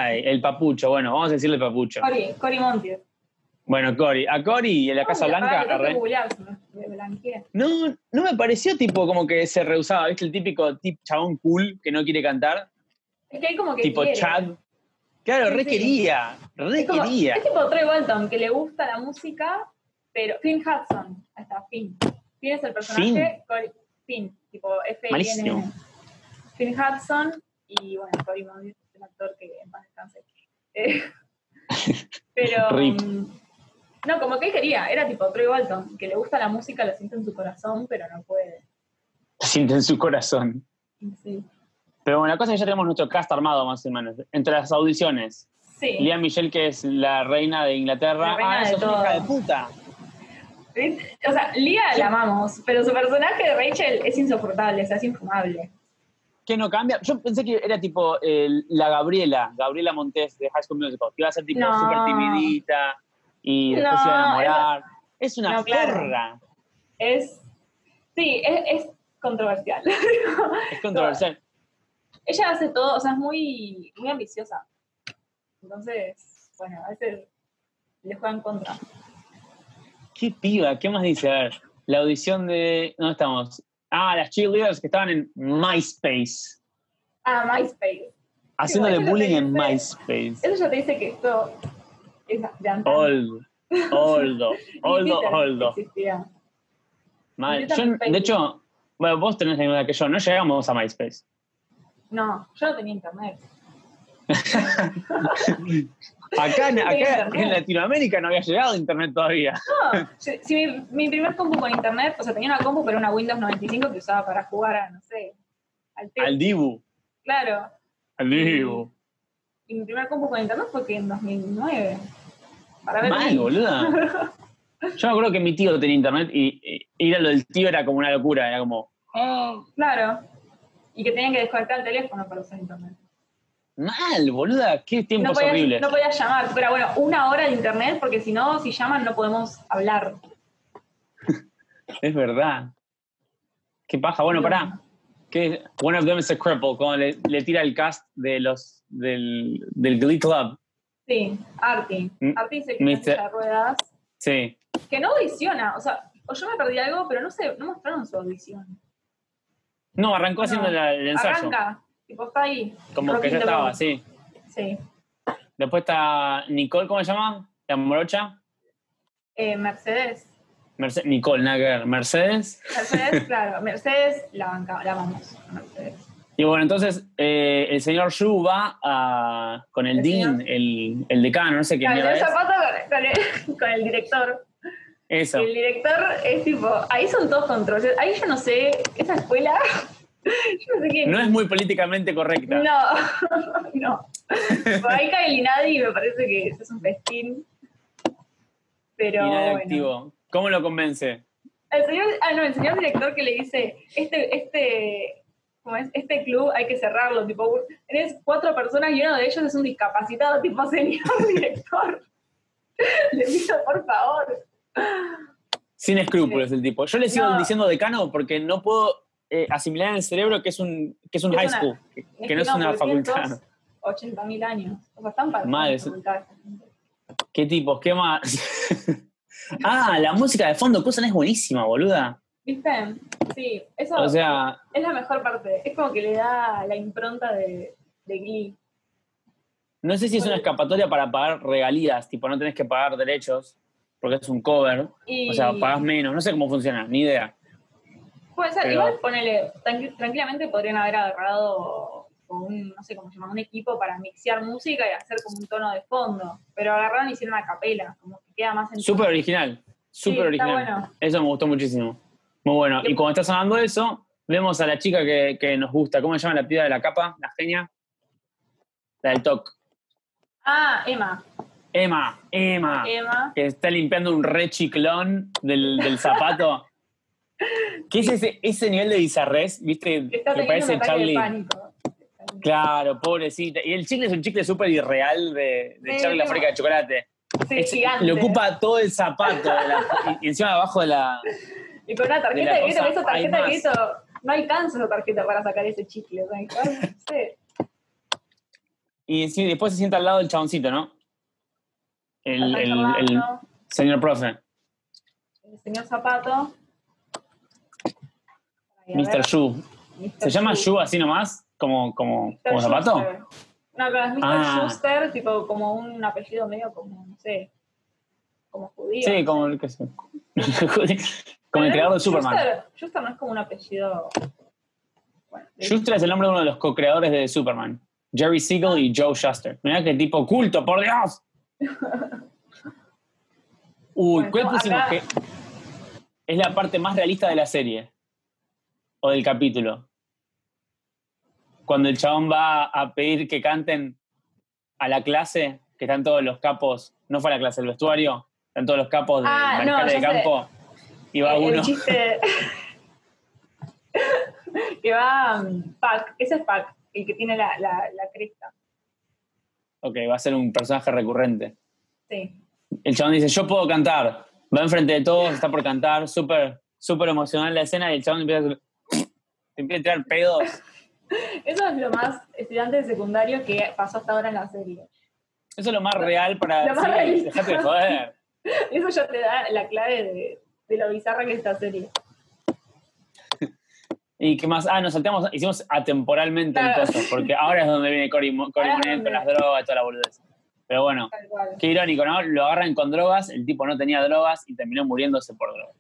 Speaker 1: Ay, el papucho. Bueno, vamos a decirle papucho.
Speaker 2: Cory, Cory Montiel.
Speaker 1: Bueno, Cory. A Cory y a la Casa
Speaker 2: Ay,
Speaker 1: Blanca.
Speaker 2: pará, que tengo
Speaker 1: arre.
Speaker 2: que googlear, se me- me blanqueé.
Speaker 1: No, no me pareció tipo como que se rehusaba. ¿Viste? El típico tip chabón cool que no quiere cantar.
Speaker 2: Es que hay como que
Speaker 1: Tipo
Speaker 2: quiere.
Speaker 1: Chad. Claro,
Speaker 2: Sí,
Speaker 1: re
Speaker 2: sí.
Speaker 1: quería. Re
Speaker 2: Es, como-
Speaker 1: quería.
Speaker 2: es tipo Troy Walton, que le gusta la música, pero Finn Hudson, ahí está, Finn. Finn es el personaje, Cory- Finn, tipo f i n
Speaker 1: Malísimo.
Speaker 2: -N. Finn Hudson y bueno, Cory Monteith, el actor que en paz descanse. Eh, pero
Speaker 1: Rip.
Speaker 2: mm, no, como que él quería, era tipo Troy Walton, que le gusta la música, lo siente en su corazón, pero no puede.
Speaker 1: Siente en su corazón.
Speaker 2: Sí.
Speaker 1: Pero bueno, la cosa es que ya tenemos nuestro cast armado más o menos. Entre las audiciones.
Speaker 2: Sí.
Speaker 1: Lea Michelle, que es la reina de Inglaterra.
Speaker 2: La reina
Speaker 1: ah,
Speaker 2: de
Speaker 1: eso es una
Speaker 2: todo.
Speaker 1: hija de puta.
Speaker 2: O sea, Lia la amamos, pero su personaje de Rachel es insoportable, o sea, es infumable.
Speaker 1: que no cambia. Yo pensé que era tipo el- la Gabriela, Gabriela Montes de High School Musical, que iba a ser tipo
Speaker 2: No.
Speaker 1: súper timidita y después
Speaker 2: No,
Speaker 1: se iba a enamorar. Es, una
Speaker 2: no, claro.
Speaker 1: porra.
Speaker 2: es. Sí, es, es controversial.
Speaker 1: Es controversial.
Speaker 2: Ella hace todo, o sea, es muy, muy ambiciosa. Entonces, bueno, a veces le juegan contra.
Speaker 1: Qué piba, ¿qué más dice? A ver, la audición de. ¿Dónde estamos? Ah, las cheerleaders que estaban en MySpace,
Speaker 2: Ah, MySpace.
Speaker 1: haciéndole
Speaker 2: eso no
Speaker 1: bullying
Speaker 2: te
Speaker 1: en
Speaker 2: dice-
Speaker 1: MySace.
Speaker 2: Eso ya te dice que esto es de antes.
Speaker 1: Old, oldo, oldo,
Speaker 2: Difícil
Speaker 1: oldo.
Speaker 2: existía.
Speaker 1: Mal.
Speaker 2: Yo
Speaker 1: Yo,
Speaker 2: también.
Speaker 1: de hecho, bueno, vos tenés la misma edad que yo, no llegamos a MySpace.
Speaker 2: No, yo no tenía internet.
Speaker 1: Acá, en-
Speaker 2: Tenía
Speaker 1: acá
Speaker 2: internet.
Speaker 1: en Latinoamérica no había llegado internet todavía.
Speaker 2: No, si, si mi, mi primer compu con internet, o sea, tenía una compu, pero una Windows 95 que usaba para jugar a, no sé, al
Speaker 1: Al
Speaker 2: tenis.
Speaker 1: Dibu.
Speaker 2: Claro.
Speaker 1: Al Dibu.
Speaker 2: Y mi primer compu con internet fue que en 2009. Para ver.
Speaker 1: Mal,
Speaker 2: tenis.
Speaker 1: boluda. Yo me acuerdo que mi tío tenía internet y, y ir a lo del tío era como una locura. Era como,
Speaker 2: Oh.
Speaker 1: "Ah,
Speaker 2: Claro. Y que tenían que desconectar el teléfono para usar internet.
Speaker 1: mal, boluda. Qué
Speaker 2: No
Speaker 1: tiempos
Speaker 2: podías,
Speaker 1: horribles.
Speaker 2: no podías llamar, pero bueno, una hora de internet, porque si no, si llaman no podemos hablar.
Speaker 1: Es verdad. Qué paja. Bueno, pará. Que one of them is a cripple. Cuando le, le tira el cast de los, del, del Glee Club.
Speaker 2: Sí, Arti.
Speaker 1: Mm,
Speaker 2: Arti se quedó en
Speaker 1: Mr.
Speaker 2: silla de ruedas.
Speaker 1: Sí.
Speaker 2: Que no audiciona, o sea, o yo me perdí algo, pero no sé, no mostraron su audición.
Speaker 1: No, arrancó haciendo
Speaker 2: No.
Speaker 1: la- el ensayo.
Speaker 2: Arranca, tipo, está ahí.
Speaker 1: Como que
Speaker 2: Rocking
Speaker 1: ya
Speaker 2: the
Speaker 1: estaba,
Speaker 2: boat.
Speaker 1: sí.
Speaker 2: Sí.
Speaker 1: Después está Nicole, ¿cómo se llama? La morocha.
Speaker 2: Eh, Mercedes.
Speaker 1: Merce- Nicole, nada que ver. Mercedes.
Speaker 2: Mercedes, claro, Mercedes la banca, la vamos. Mercedes.
Speaker 1: Y bueno, entonces eh, el señor Yu va a- con el,
Speaker 2: El
Speaker 1: dean,
Speaker 2: señor-
Speaker 1: el, el decano, no sé qué
Speaker 2: Claro,
Speaker 1: mierda
Speaker 2: el
Speaker 1: es.
Speaker 2: zapato con, con el, con el director.
Speaker 1: Eso.
Speaker 2: El director es tipo, ahí son todos controles. Ahí yo no sé, esa escuela, yo no sé qué.
Speaker 1: No es muy políticamente correcta.
Speaker 2: No, no. Por ahí cae el Inadi y me parece que eso es un pestín. Pero bueno.
Speaker 1: Inadictivo. ¿Cómo lo convence?
Speaker 2: El señor, ah, no, el señor director que le dice, este, este, ¿cómo es? Este club hay que cerrarlo, tipo, tenés cuatro personas y uno de ellos es un discapacitado, tipo, señor director. le pido, por favor.
Speaker 1: Sin escrúpulos el tipo. Yo le sigo
Speaker 2: No.
Speaker 1: diciendo decano porque no puedo eh, asimilar en el cerebro que es un, que es un
Speaker 2: Es
Speaker 1: high
Speaker 2: una-
Speaker 1: school, que, que no es una facultad.
Speaker 2: 80 mil años. O sea, están para
Speaker 1: Mal,
Speaker 2: las
Speaker 1: eso-
Speaker 2: facultades.
Speaker 1: ¿Qué tipos? ¿Qué más? ah, la música de fondo que usan es buenísima, boluda.
Speaker 2: ¿Viste? Sí, eso
Speaker 1: O sea,
Speaker 2: es la mejor parte. Es como que le da la impronta de, de Glee.
Speaker 1: no sé si es una escapatoria para pagar regalías, tipo, no tenés que pagar derechos porque es un cover.
Speaker 2: Y
Speaker 1: O sea, pagás menos, no sé cómo funciona, ni idea.
Speaker 2: puede ser,
Speaker 1: pero-
Speaker 2: igual ponele, tranqui- tranquilamente podrían haber agarrado con un, no sé cómo se llama, un equipo para mixear música y hacer como un tono de fondo. Pero agarraron y hicieron una capela, como que queda más en
Speaker 1: Súper original, súper
Speaker 2: Sí, está
Speaker 1: original.
Speaker 2: bueno.
Speaker 1: Eso me gustó muchísimo. Muy bueno. Y
Speaker 2: Y-
Speaker 1: cuando está sonando eso, vemos a la chica que, que nos gusta. ¿Cómo se llama la piba de la capa? La genia. La del TOC.
Speaker 2: Ah, Emma.
Speaker 1: Emma, Emma.
Speaker 2: Emma.
Speaker 1: Que está limpiando un rechiclón del, del zapato. ¿Qué es ese, ese nivel de bizarrés? ¿Viste?
Speaker 2: Que está
Speaker 1: Que
Speaker 2: teniendo un
Speaker 1: parece
Speaker 2: ataque
Speaker 1: Charlie.
Speaker 2: de pánico.
Speaker 1: Claro, pobrecita. Y el chicle es un chicle súper irreal de, de
Speaker 2: Sí,
Speaker 1: Charlie la
Speaker 2: tipo-
Speaker 1: fábrica de chocolate.
Speaker 2: Sí,
Speaker 1: Es-
Speaker 2: gigante.
Speaker 1: le ocupa todo el zapato de la- y, y encima abajo de la.
Speaker 2: Y con una
Speaker 1: de la
Speaker 2: tarjeta de crédito,
Speaker 1: cosa,
Speaker 2: que esa tarjeta
Speaker 1: hay
Speaker 2: de crédito, no alcanza esa tarjeta para sacar ese chicle. o sea, no sé.
Speaker 1: Y sí, después se sienta al lado del chaboncito, ¿no? El,
Speaker 2: Están
Speaker 1: el-
Speaker 2: charlando,
Speaker 1: el señor profe,
Speaker 2: el, señor Zapato. Ay, a
Speaker 1: Mr.
Speaker 2: ver,
Speaker 1: Yu.
Speaker 2: Mr.
Speaker 1: ¿Se llama
Speaker 2: Schu-
Speaker 1: Yu así nomás? ¿Como, como,
Speaker 2: Mr.
Speaker 1: como zapato?
Speaker 2: Schuster. No, pero es Mr.
Speaker 1: Ah.
Speaker 2: Schuster, tipo como un apellido medio como, no sé, como judío.
Speaker 1: Sí, como el que se- Como el
Speaker 2: Pero
Speaker 1: creador de
Speaker 2: Schuster-
Speaker 1: Superman.
Speaker 2: Schuster no es como un apellido. Bueno, de-
Speaker 1: Schuster es el nombre de uno de los co-creadores de Superman. Jerry Siegel y Joe Shuster. Mirá qué tipo culto, por Dios. Uy,
Speaker 2: Bueno,
Speaker 1: ¿cuál pusimos
Speaker 2: acá-
Speaker 1: que es la parte más realista de la serie? O del capítulo. Cuando el chabón va a pedir que canten a la clase, que están todos los capos, no fue a la clase, el vestuario, están todos los capos de
Speaker 2: Ah, no,
Speaker 1: mariscales
Speaker 2: ya
Speaker 1: de
Speaker 2: sé.
Speaker 1: campo. Y va
Speaker 2: el, el
Speaker 1: uno.
Speaker 2: Eh, chiste que va um, Pac, ese es Pac, el que tiene la, la, la cresta.
Speaker 1: Ok, va a ser un personaje recurrente.
Speaker 2: Sí.
Speaker 1: el chabón dice, yo puedo cantar. Va enfrente de todos, está por cantar, súper súper emocional la escena y el chabón empieza a, te empieza a tirar pedos.
Speaker 2: Eso es lo más estudiante de secundario que pasó hasta ahora en la serie.
Speaker 1: Eso es lo más real para...
Speaker 2: Lo más
Speaker 1: sí,
Speaker 2: realista.
Speaker 1: dejate de joder.
Speaker 2: Y eso ya te da la clave de, de lo bizarra que es esta serie.
Speaker 1: ¿Y qué más? Ah, nos saltamos, hicimos atemporalmente
Speaker 2: Claro.
Speaker 1: el coso, porque ahora es donde viene Cory Mo- Cory
Speaker 2: Ahora es
Speaker 1: Monet con
Speaker 2: donde-
Speaker 1: las drogas y toda la boludez. Pero bueno,
Speaker 2: Tal cual.
Speaker 1: qué irónico, ¿no? Lo agarran con drogas, el tipo no tenía drogas y terminó muriéndose por drogas.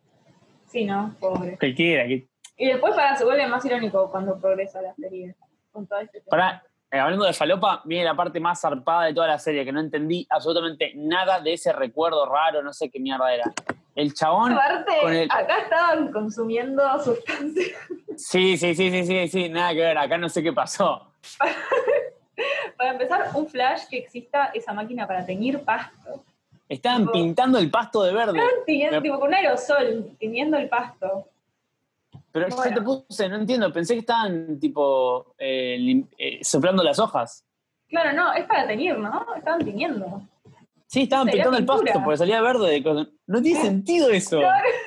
Speaker 2: Sí, no, pobre.
Speaker 1: Cualquiera. que-
Speaker 2: Y después para se vuelve más irónico cuando progresa la serie. Con todo este tema.
Speaker 1: Pará, eh, hablando de falopa, viene la parte más zarpada de toda la serie, que no entendí absolutamente nada de ese recuerdo raro, no sé qué mierda era. El chabón
Speaker 2: Aparte,
Speaker 1: con el-
Speaker 2: acá estaban consumiendo sustancias.
Speaker 1: Sí, sí, sí, sí, sí, sí, nada que ver, acá no sé qué pasó.
Speaker 2: Para empezar, un flash que exista esa máquina para teñir pasto.
Speaker 1: Estaban
Speaker 2: Oh.
Speaker 1: pintando el pasto de verde,
Speaker 2: Tiñendo,
Speaker 1: Me-
Speaker 2: tipo, con un aerosol, tiñendo el pasto.
Speaker 1: pero yo
Speaker 2: Bueno.
Speaker 1: te puse, no entiendo, pensé que estaban tipo eh, lim- eh, soplando las hojas.
Speaker 2: Claro, no, es para teñir, ¿no? Estaban tiñendo.
Speaker 1: Sí, estaban
Speaker 2: Sería
Speaker 1: pintando el
Speaker 2: pintura.
Speaker 1: pasto porque salía verde. de cosa- No tiene sentido eso.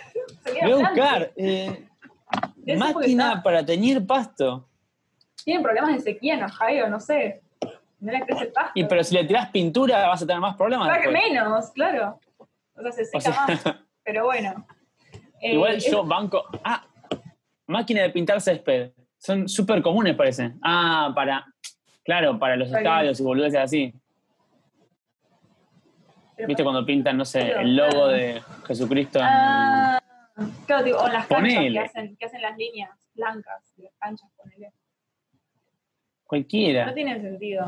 Speaker 2: Sería
Speaker 1: Voy a
Speaker 2: blanco.
Speaker 1: buscar. eh,
Speaker 2: Eso porque
Speaker 1: máquina
Speaker 2: está-
Speaker 1: para teñir pasto.
Speaker 2: Tienen problemas de sequía en Ohio, no sé. No le crece el pasto.
Speaker 1: Y pero si le tirás pintura vas a tener más problemas.
Speaker 2: Claro,
Speaker 1: después.
Speaker 2: menos, claro. O sea, se seca
Speaker 1: O sea,
Speaker 2: más, pero bueno. Eh,
Speaker 1: Igual
Speaker 2: es-
Speaker 1: yo banco. Ah, máquina de pintar césped. Son súper comunes, parece. Ah, para. Claro, para los
Speaker 2: Para que-
Speaker 1: estadios y boludeces así.
Speaker 2: pero-
Speaker 1: ¿Viste cuando pintan, no sé,
Speaker 2: Pero,
Speaker 1: el logo
Speaker 2: claro.
Speaker 1: de Jesucristo? en-
Speaker 2: Ah, claro, tipo, o en las canchas que
Speaker 1: Ponele.
Speaker 2: hacen, que hacen las líneas blancas, de las canchas, ponele. No
Speaker 1: Cualquiera.
Speaker 2: tiene sentido.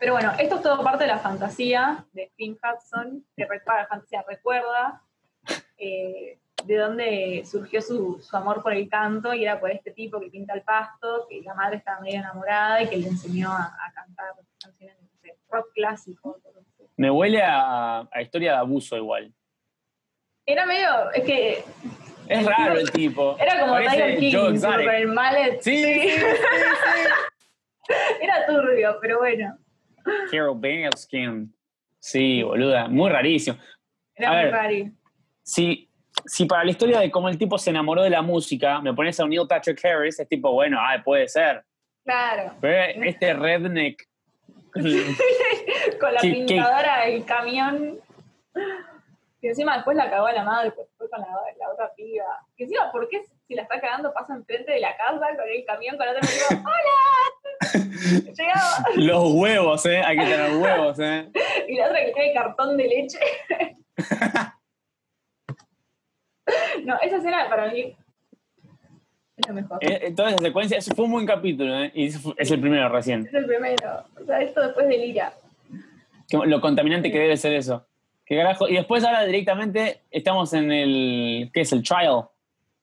Speaker 2: Pero bueno, esto es todo parte de la fantasía de Tim Hudson, que prepara la fantasía, recuerda eh, de dónde surgió su, su amor por el canto, y era por este tipo que pinta el pasto, que la madre estaba medio enamorada y que le enseñó a, a cantar canciones de rock clásico.
Speaker 1: Me huele a, a historia de abuso igual.
Speaker 2: Era medio, es que
Speaker 1: Es raro el tipo.
Speaker 2: era como
Speaker 1: Parece
Speaker 2: Tiger King,
Speaker 1: Joe
Speaker 2: tipo,
Speaker 1: Exotic.
Speaker 2: con el mallet.
Speaker 1: Sí, sí, sí, sí.
Speaker 2: Era turbio, pero bueno.
Speaker 1: Carol Baskin. Sí, boluda. Muy rarísimo.
Speaker 2: Era
Speaker 1: A
Speaker 2: muy
Speaker 1: ver.
Speaker 2: raro.
Speaker 1: Si, si para la historia de cómo el tipo se enamoró de la música me pones a un Neil Patrick Harris, es tipo, bueno, ay, puede ser.
Speaker 2: Claro.
Speaker 1: Pero este redneck.
Speaker 2: con la
Speaker 1: Sí,
Speaker 2: pintadora del camión. Y encima después la cagó a la madre, pues fue con la, la otra piba. Y encima, ¿por qué si la está cagando pasa enfrente de la casa con el camión con la otra piba? ¡Hola! Llegaba.
Speaker 1: Los huevos, ¿eh? Hay que tener huevos, ¿eh?
Speaker 2: Y la otra que trae cartón de leche. no, esa escena para mí es lo mejor.
Speaker 1: Eh, eh, Toda esa secuencia, eso fue un buen capítulo, ¿eh? Y ese fue- es el primero recién.
Speaker 2: Es el primero. O sea, esto después de Lira.
Speaker 1: Qué- Lo contaminante que debe ser eso. ¿Qué carajo? Y después ahora directamente estamos en el. ¿Qué es el trial?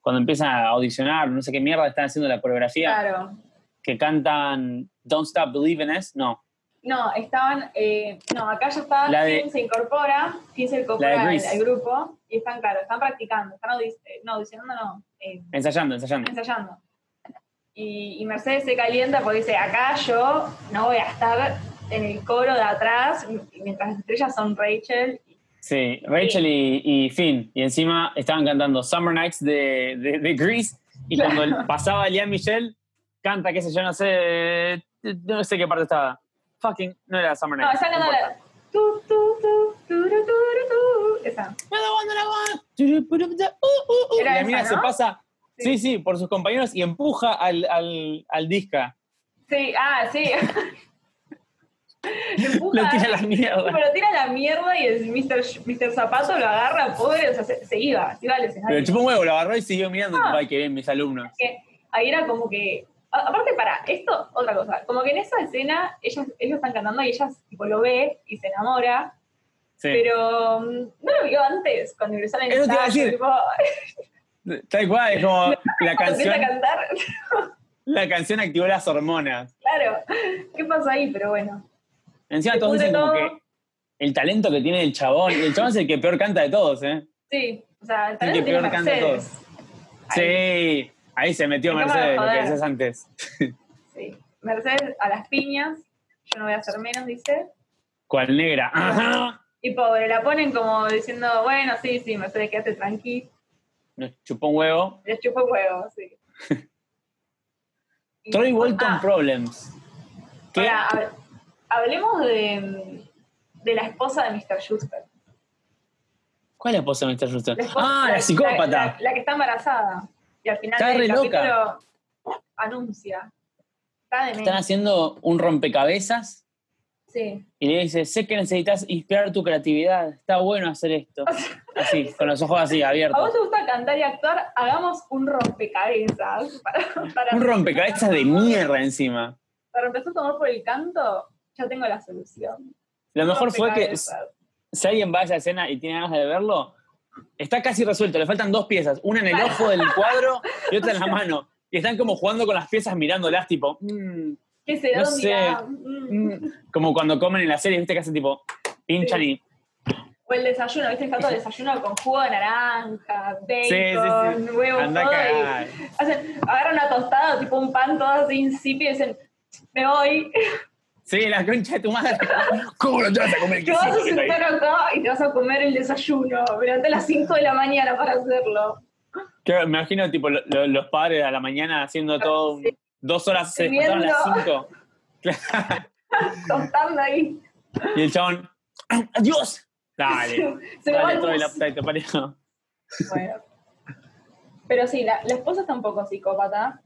Speaker 1: Cuando empiezan a audicionar, no sé qué mierda están haciendo la coreografía.
Speaker 2: Claro.
Speaker 1: Que cantan Don't Stop Believing Us. No,
Speaker 2: No, estaban. eh, no, acá ya está.
Speaker 1: La de-
Speaker 2: Kim se incorpora. Kim se
Speaker 1: La
Speaker 2: incorpora
Speaker 1: de
Speaker 2: al,
Speaker 1: Grease.
Speaker 2: al grupo. Y están, claro, están practicando. Están audic- eh, no, audicionando, no. eh,
Speaker 1: ensayando, ensayando.
Speaker 2: ensayando. Y, y Mercedes se calienta porque dice: Acá yo no voy a estar en el coro de atrás. y Mientras las estrellas son Rachel.
Speaker 1: Sí, Rachel y, y Finn. Y encima estaban cantando Summer Nights de, de, de Grease. Y
Speaker 2: Claro.
Speaker 1: cuando pasaba Liam Michelle, canta, qué sé yo, no sé. No sé qué parte estaba. Fucking, no era Summer
Speaker 2: No,
Speaker 1: Nights.
Speaker 2: están cantando.
Speaker 1: importa.
Speaker 2: la- Tu, tu, tu, turu, turu, tu. Esa.
Speaker 1: Another one, another one. Turupurupta, uh, uh, uh.
Speaker 2: Era
Speaker 1: Y la
Speaker 2: esa,
Speaker 1: mina
Speaker 2: ¿no?
Speaker 1: se pasa, sí,
Speaker 2: Sí.
Speaker 1: sí, por sus compañeros y empuja al, al, al disca.
Speaker 2: Sí, ah, sí. Empuja.
Speaker 1: Lo tira a la mierda.
Speaker 2: Pero tira la mierda y el Mr. Sh- Mr. Zapato lo agarra, pobre, o sea, se, se iba, se iba al escenario.
Speaker 1: Pero chupó un huevo, lo agarró y siguió mirando.
Speaker 2: Ah.
Speaker 1: Ay, qué bien, mis alumnos.
Speaker 2: Que ahí era como que. a- Aparte, para, esto, otra cosa. Como que en esa escena, ellas, ellos están cantando y ella tipo, lo ve y se enamora,
Speaker 1: Sí.
Speaker 2: pero mm, no lo vio antes, cuando ingresó al
Speaker 1: Eso te iba a
Speaker 2: ensayo,
Speaker 1: decir.
Speaker 2: tipo,
Speaker 1: Tal cual, es como la
Speaker 2: cuando empieza
Speaker 1: canción,
Speaker 2: a cantar,
Speaker 1: la canción activó las hormonas.
Speaker 2: claro. ¿Qué pasó ahí? Pero bueno.
Speaker 1: Encima
Speaker 2: Se
Speaker 1: todos
Speaker 2: pudre
Speaker 1: dicen como
Speaker 2: todo.
Speaker 1: que el talento que tiene el chabón, y el chabón es el que peor canta de todos, ¿eh?
Speaker 2: Sí, o sea, el
Speaker 1: que
Speaker 2: talento tiene
Speaker 1: peor canta
Speaker 2: Mercedes.
Speaker 1: Sí, ahí se metió
Speaker 2: Me acabo de
Speaker 1: Mercedes, lo que
Speaker 2: joder.
Speaker 1: decías antes.
Speaker 2: Sí. Mercedes a las piñas, yo no voy a hacer menos, dice.
Speaker 1: Cual negra. Ajá.
Speaker 2: Y pobre, la ponen como diciendo, bueno, sí, sí, Mercedes, quédate tranqui.
Speaker 1: Nos chupó un huevo.
Speaker 2: Les chupo huevos, sí. Y-
Speaker 1: Troy Walton
Speaker 2: Ah,
Speaker 1: Problems. ¿Qué?
Speaker 2: pará, hab- hablemos de, de la esposa de Mr. Schuster.
Speaker 1: ¿Cuál es la esposa de Mr. Rooster?
Speaker 2: La esposa-
Speaker 1: Ah, la psicópata.
Speaker 2: La, la que está embarazada. Y al final
Speaker 1: Está
Speaker 2: del
Speaker 1: re loca.
Speaker 2: capítulo anuncia. Está de
Speaker 1: Están
Speaker 2: mente.
Speaker 1: haciendo un rompecabezas
Speaker 2: Sí.
Speaker 1: y le dice, sé que necesitas inspirar tu creatividad. Está bueno hacer esto. Así, con los ojos así,
Speaker 2: ¿A vos
Speaker 1: abiertos.
Speaker 2: te gusta cantar y actuar? Hagamos un rompecabezas. Para, para,
Speaker 1: Un rompecabezas de mierda encima.
Speaker 2: para empezar a tomar por el canto, ya tengo la solución.
Speaker 1: Lo mejor fue que
Speaker 2: Rompecabezas.
Speaker 1: si alguien va a esa escena y tiene ganas de verlo, está casi resuelto. Le faltan dos piezas, una en el ojo del cuadro y otra en la mano. Y están como jugando con las piezas mirándolas, tipo, "Mm,
Speaker 2: ¿Qué será?
Speaker 1: no
Speaker 2: ¿Dónde
Speaker 1: sé.
Speaker 2: irá? Mm.
Speaker 1: mm". como cuando comen en la serie, viste que hacen tipo, pinchan y.
Speaker 2: O el desayuno, ¿viste? El canto del desayuno con jugo de naranja, bacon,
Speaker 1: Sí, sí, sí.
Speaker 2: huevo,
Speaker 1: Anda a
Speaker 2: todo.
Speaker 1: cagar.
Speaker 2: Y hacen, agarran una tostada, tipo un pan todo así insípido y dicen, me voy,
Speaker 1: Sí, la concha de tu madre. ¿Cómo lo te vas a comer?
Speaker 2: te vas a sentar acá y te vas a comer el desayuno, pero hasta las 5 de la mañana para hacerlo.
Speaker 1: Claro, me imagino tipo lo- lo- los padres a la mañana haciendo todo un-
Speaker 2: Sí.
Speaker 1: dos horas se despertaron a las cinco. Claro.
Speaker 2: Tostando ahí.
Speaker 1: y el chabón, "Ah, ¡adiós! Dale.
Speaker 2: Se me va
Speaker 1: dale,
Speaker 2: el
Speaker 1: todo el
Speaker 2: bus.
Speaker 1: apetito, te parió.
Speaker 2: Bueno. Pero sí, la, la esposa está un poco psicópata.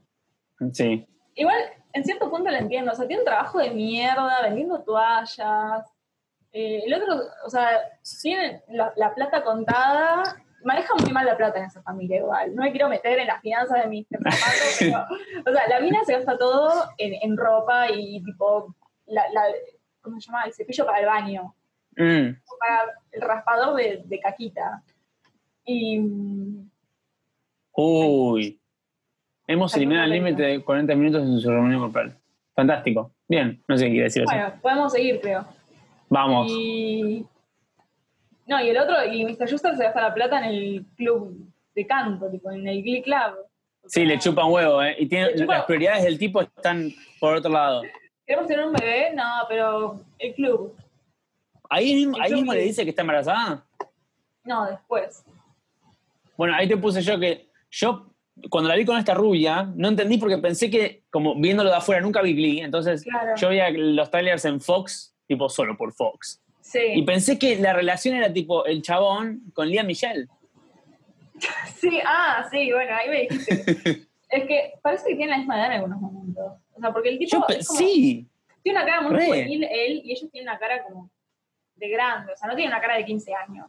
Speaker 1: Sí.
Speaker 2: Igual, en cierto punto la entiendo. O sea, tiene un trabajo de mierda, vendiendo toallas. Eh, el otro, o sea, tiene la, la plata contada. Maneja muy mal la plata en esa familia igual. No me quiero meter en las finanzas de mis zapatos, pero... O sea, la mina se gasta todo en, en ropa y tipo... La, la- ¿Cómo se llama? El cepillo para el baño.
Speaker 1: Mm.
Speaker 2: Para el raspador de, de caquita. Y... mm,
Speaker 1: Uy. Hemos
Speaker 2: Ay,
Speaker 1: eliminado el
Speaker 2: no, no,
Speaker 1: límite de 40 minutos en su reunión corporal. Fantástico. Bien, no sé qué quiere decir eso.
Speaker 2: Bueno, podemos seguir, creo.
Speaker 1: Vamos.
Speaker 2: Y. No, y el otro, y Mr. Schuster se gasta la plata en el club de canto, tipo, en el Glee Club. O
Speaker 1: Sí,
Speaker 2: sea,
Speaker 1: le chupan huevo, ¿eh? Y tiene,
Speaker 2: Le chupa-
Speaker 1: las prioridades del tipo están por otro lado.
Speaker 2: ¿Queremos tener un bebé? No, pero el club.
Speaker 1: Ahí, mismo-
Speaker 2: El
Speaker 1: ahí
Speaker 2: chupa-
Speaker 1: mismo le dice que está embarazada.
Speaker 2: No, después.
Speaker 1: Bueno, ahí te puse yo que yo cuando la vi con esta rubia, no entendí porque pensé que, como viéndolo de afuera, nunca vi Glee, entonces
Speaker 2: Claro.
Speaker 1: yo veía los trailers en Fox, tipo solo por Fox. Y
Speaker 2: Sí.
Speaker 1: pensé que la relación era tipo el chabón con Lía Michelle.
Speaker 2: Sí, ah, sí, bueno, ahí me dijiste. es que parece que tiene la misma edad en algunos momentos. O sea, porque el tipo.
Speaker 1: Yo
Speaker 2: es
Speaker 1: pe-
Speaker 2: como-
Speaker 1: sí,
Speaker 2: Tiene una cara muy
Speaker 1: Re.
Speaker 2: juvenil él y ellos tienen una cara como de grande. O sea, no tiene una cara de 15 años.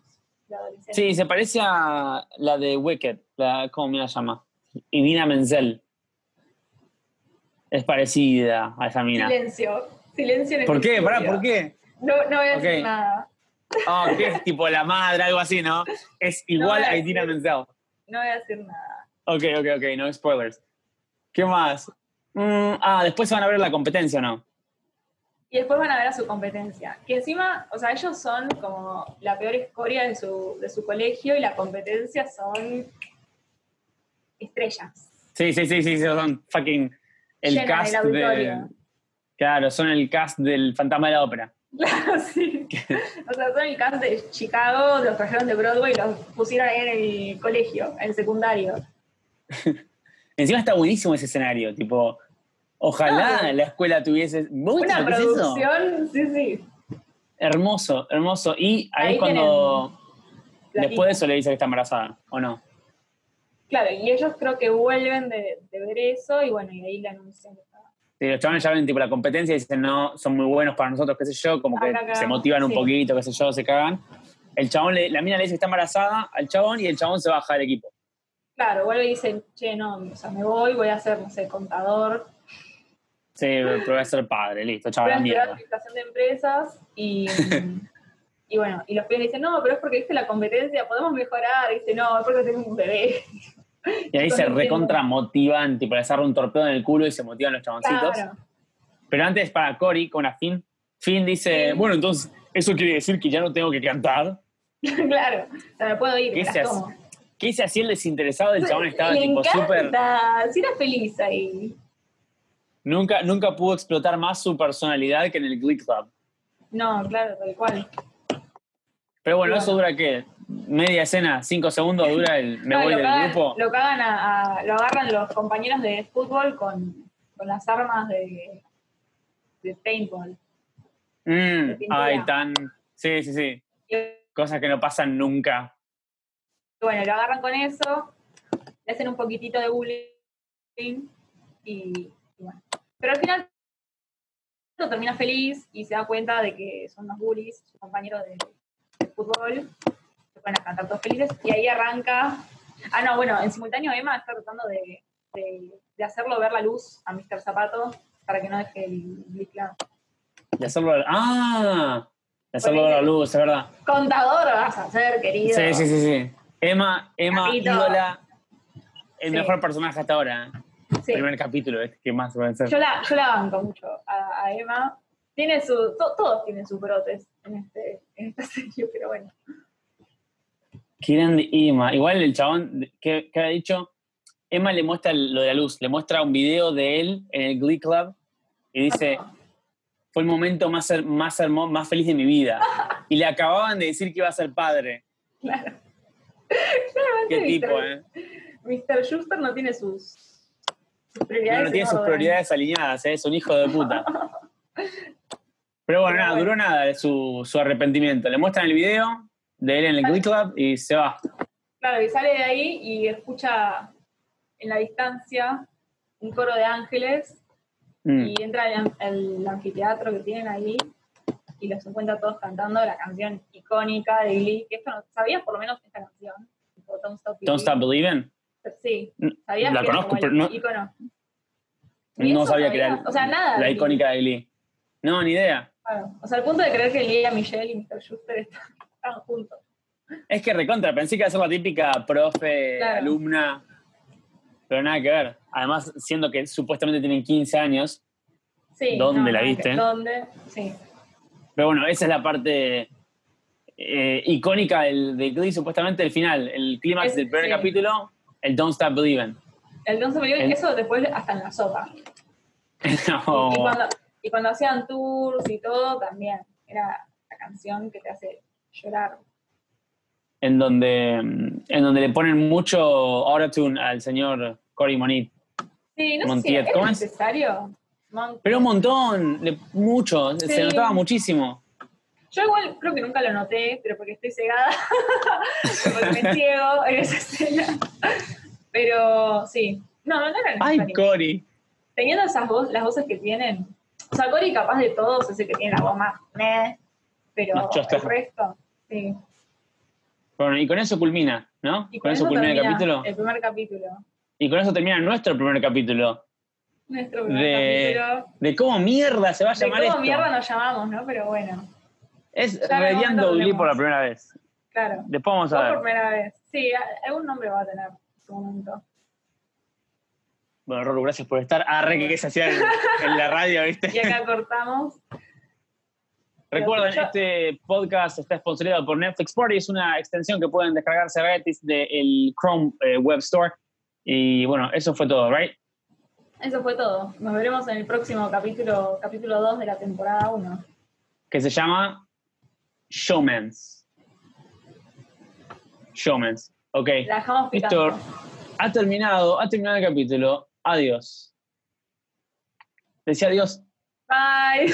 Speaker 2: de adolescente.
Speaker 1: sí, se parece a la de Wicked, la, ¿cómo me la llama? Y Nina Menzel. Es parecida a esa mina.
Speaker 2: Silencio. Silencio en el
Speaker 1: ¿Por qué?
Speaker 2: estudio.
Speaker 1: Pará, ¿por qué?
Speaker 2: No, no voy a
Speaker 1: Ok.
Speaker 2: decir nada.
Speaker 1: Ah, que es tipo la madre, algo así, ¿no? Es igual a Idina Menzel.
Speaker 2: No voy a decir nada.
Speaker 1: Ok, ok, ok, no spoilers. ¿Qué más? Mm, ah, después se van a ver la competencia, ¿o ¿no?
Speaker 2: Y después van a ver a su competencia. Que encima, o sea, ellos son como la peor escoria de su, de su colegio y la competencia son estrellas.
Speaker 1: Sí, sí, sí, sí, sí, son fucking el
Speaker 2: Llenan el
Speaker 1: cast de...
Speaker 2: auditorio.
Speaker 1: Claro, son el cast del Fantasma de la Ópera.
Speaker 2: sí. O sea, son el cast de Chicago, los trajeron de Broadway y los pusieron ahí en el colegio, en el secundario.
Speaker 1: Encima está buenísimo ese escenario, tipo, ojalá
Speaker 2: Claro.
Speaker 1: la escuela tuviese... ¿Vos viste
Speaker 2: Una
Speaker 1: lo que es eso?
Speaker 2: producción, sí, sí.
Speaker 1: Hermoso, hermoso. Y ahí,
Speaker 2: Ahí
Speaker 1: es cuando,
Speaker 2: tienen
Speaker 1: después de eso le dice que está embarazada, ¿o no?
Speaker 2: Claro, y ellos creo que vuelven de, de ver eso y bueno, y ahí la anuncian. que estaba.
Speaker 1: Sí, los chavales ya ven tipo la competencia y dicen, no, son muy buenos para nosotros, qué sé yo, como que
Speaker 2: Acá, acá,
Speaker 1: se motivan un
Speaker 2: sí.
Speaker 1: poquito, qué sé yo, se cagan. El chabón, le- la mina le dice que está embarazada al chabón y el chabón se baja del equipo.
Speaker 2: Claro, vuelve y dicen, che, no, o sea, me voy, voy a ser, no sé, contador,
Speaker 1: Sí, pero voy a ser padre, listo, chaval,
Speaker 2: voy a
Speaker 1: la
Speaker 2: estudiar
Speaker 1: mierda.
Speaker 2: administración de empresas y, y bueno, y los pibes le dicen, no, pero es porque viste la competencia, podemos mejorar, y dice, no, es porque tengo un bebé.
Speaker 1: Y ahí se
Speaker 2: Con el
Speaker 1: recontra motivan, tipo, le agarra un torpedo en el culo y se motivan los chaboncitos.
Speaker 2: Claro,
Speaker 1: Pero antes para Cory, con la Finn, Finn dice,
Speaker 2: Sí.
Speaker 1: bueno, entonces, eso quiere decir que ya no tengo que cantar.
Speaker 2: claro, o sea, me puedo ir,
Speaker 1: ¿Qué
Speaker 2: me las
Speaker 1: se hace?
Speaker 2: tomo.
Speaker 1: ¿Qué hice así el desinteresado del chabón? Estaba
Speaker 2: Le
Speaker 1: tipo súper...
Speaker 2: encanta, sí era feliz ahí.
Speaker 1: Nunca, nunca pudo explotar más su personalidad que en el Glee Club.
Speaker 2: No, claro, tal cual.
Speaker 1: Pero bueno,
Speaker 2: Bueno.
Speaker 1: eso dura qué? Media escena, cinco segundos dura el me
Speaker 2: No, y
Speaker 1: voy
Speaker 2: lo
Speaker 1: del
Speaker 2: cagan,
Speaker 1: grupo.
Speaker 2: Lo cagan a, a- lo agarran los compañeros de fútbol con, con las armas de, de paintball.
Speaker 1: Mm,
Speaker 2: pintura.
Speaker 1: ay, tan. Sí, sí, sí.
Speaker 2: Y
Speaker 1: Cosas que no pasan nunca.
Speaker 2: bueno, lo agarran con eso, le hacen un poquitito de bullying y, y bueno. Pero al final lo termina feliz y se da cuenta de que son unos bullies, sus compañeros de, de fútbol, se van a cantar todos felices y ahí arranca. Ah, no, bueno, en simultáneo Emma está tratando de, de- de hacerlo ver la luz a Mr. Zapato para que no deje el bicla.
Speaker 1: De hacerlo. al- ¡Ah! De hacerlo a la luz, es verdad.
Speaker 2: Contador vas a ser, querido.
Speaker 1: Sí, sí, sí, sí. Emma, Emma,
Speaker 2: Capito.
Speaker 1: ídola. El
Speaker 2: Sí.
Speaker 1: mejor personaje hasta ahora. ¿eh?
Speaker 2: Sí.
Speaker 1: Primer capítulo, este que más va a ser.
Speaker 2: Yo la, yo la banco mucho a, a Emma. Tiene su, to- todos tienen sus brotes en, este, en esta serie, pero bueno.
Speaker 1: Qué grande Emma. Igual el chabón que, que había dicho, Emma le muestra lo de la luz, le muestra un video de él en el Glee Club y dice, fue el momento más, her- más hermoso, más feliz de mi vida. Y le acababan de decir que iba a ser padre.
Speaker 2: Claro.
Speaker 1: Qué
Speaker 2: Claramente
Speaker 1: tipo,
Speaker 2: Mr.
Speaker 1: ¿eh?
Speaker 2: Mr. Schuster no tiene sus, sus prioridades.
Speaker 1: No, no tiene
Speaker 2: en
Speaker 1: sus
Speaker 2: orden.
Speaker 1: prioridades alineadas, ¿eh? es un hijo de puta. Pero bueno,
Speaker 2: Pero
Speaker 1: nada,
Speaker 2: bueno.
Speaker 1: duró nada de su, su arrepentimiento. Le muestran el video de él en el Glee Club y se va.
Speaker 2: Claro, y sale de ahí y escucha en la distancia un coro de ángeles
Speaker 1: Mm.
Speaker 2: y entra al an- al anfiteatro que tienen ahí y los encuentra todos cantando la canción icónica de Glee, que esto no, sabías por lo menos esta canción, tipo Don't Stop
Speaker 1: Don't
Speaker 2: Believin'.
Speaker 1: Stop Believing.
Speaker 2: Sí,
Speaker 1: N-
Speaker 2: sabías
Speaker 1: Mm, la
Speaker 2: que
Speaker 1: conozco,
Speaker 2: era
Speaker 1: pero
Speaker 2: como
Speaker 1: no-
Speaker 2: el ícono. Ni
Speaker 1: No
Speaker 2: eso
Speaker 1: sabía que era
Speaker 2: sabías, o sea, nada
Speaker 1: la
Speaker 2: de Glee.
Speaker 1: icónica de Glee. No, ni idea.
Speaker 2: Claro, O sea, al punto de creer que Lía Michelle y Mr. Schuster están, están juntos.
Speaker 1: Es que recontra, pensé que iba a ser la típica profe,
Speaker 2: Claro.
Speaker 1: alumna, pero nada que ver. Además, siendo que supuestamente tienen 15 años,
Speaker 2: Sí,
Speaker 1: ¿Dónde
Speaker 2: no,
Speaker 1: la
Speaker 2: no,
Speaker 1: viste?
Speaker 2: ¿Dónde? Sí.
Speaker 1: pero bueno, esa es la parte eh, icónica del, del Glee, supuestamente el final, el clímax
Speaker 2: Es-
Speaker 1: del primer
Speaker 2: sí.
Speaker 1: capítulo, el Don't Stop Believing.
Speaker 2: El Don't Stop Believin',
Speaker 1: En- Oh.
Speaker 2: eso después hasta en la sopa. Y-
Speaker 1: No.
Speaker 2: Y, cuando, y cuando hacían tours y todo, también era la canción que te hace llorar.
Speaker 1: en, donde, mm, en donde le ponen mucho autotune al señor Cory Monit.
Speaker 2: Sí, no
Speaker 1: Montiel,
Speaker 2: sé si
Speaker 1: ¿cómo
Speaker 2: era
Speaker 1: es?
Speaker 2: necesario. Mon-
Speaker 1: Pero un montón, le- mucho, se
Speaker 2: Sí.
Speaker 1: notaba muchísimo.
Speaker 2: Yo igual creo que nunca lo noté, pero porque estoy cegada, porque me ciego en esa escena. Pero sí, no, no era
Speaker 1: Ay,
Speaker 2: necesario.
Speaker 1: Cory.
Speaker 2: Teniendo esas vo- las voces que tienen, o sea, Cory capaz de todos es el que tiene la voz más, meh, pero
Speaker 1: Más chosta.
Speaker 2: el resto, sí.
Speaker 1: Bueno, y con eso culmina, ¿no?
Speaker 2: Y
Speaker 1: con, eso, culmina el
Speaker 2: termina
Speaker 1: capítulo.
Speaker 2: El primer capítulo.
Speaker 1: Y con eso termina nuestro primer capítulo.
Speaker 2: Nuestro primer
Speaker 1: De-
Speaker 2: capítulo.
Speaker 1: De cómo mierda se va a
Speaker 2: De
Speaker 1: llamar
Speaker 2: cómo
Speaker 1: esto.
Speaker 2: mierda nos llamamos, ¿no? Pero bueno,
Speaker 1: Es
Speaker 2: en algún
Speaker 1: Radiando
Speaker 2: momento
Speaker 1: Glee
Speaker 2: hablemos.
Speaker 1: por la primera vez.
Speaker 2: claro.
Speaker 1: Después vamos
Speaker 2: No
Speaker 1: a
Speaker 2: por
Speaker 1: ver.
Speaker 2: primera vez. Sí, a- algún nombre va a tener en su momento.
Speaker 1: Bueno, Rorro, gracias por estar. Arre que se hacía en, en la radio,
Speaker 2: Y
Speaker 1: ¿viste?
Speaker 2: acá cortamos.
Speaker 1: Recuerden,
Speaker 2: Yo-
Speaker 1: este podcast está patrocinado por Netflix Party. Es una extensión que pueden descargarse gratis del Chrome eh, Web Store. Y bueno, eso fue todo, ¿right?
Speaker 2: Eso fue todo. Nos veremos en el próximo capítulo, capítulo 2 de la temporada 1.
Speaker 1: Que se llama Showmans. Showmans. Ok.
Speaker 2: La dejamos picando.
Speaker 1: Víctor, ha terminado, ha terminado el capítulo. Adiós. Decía adiós.
Speaker 2: Bye.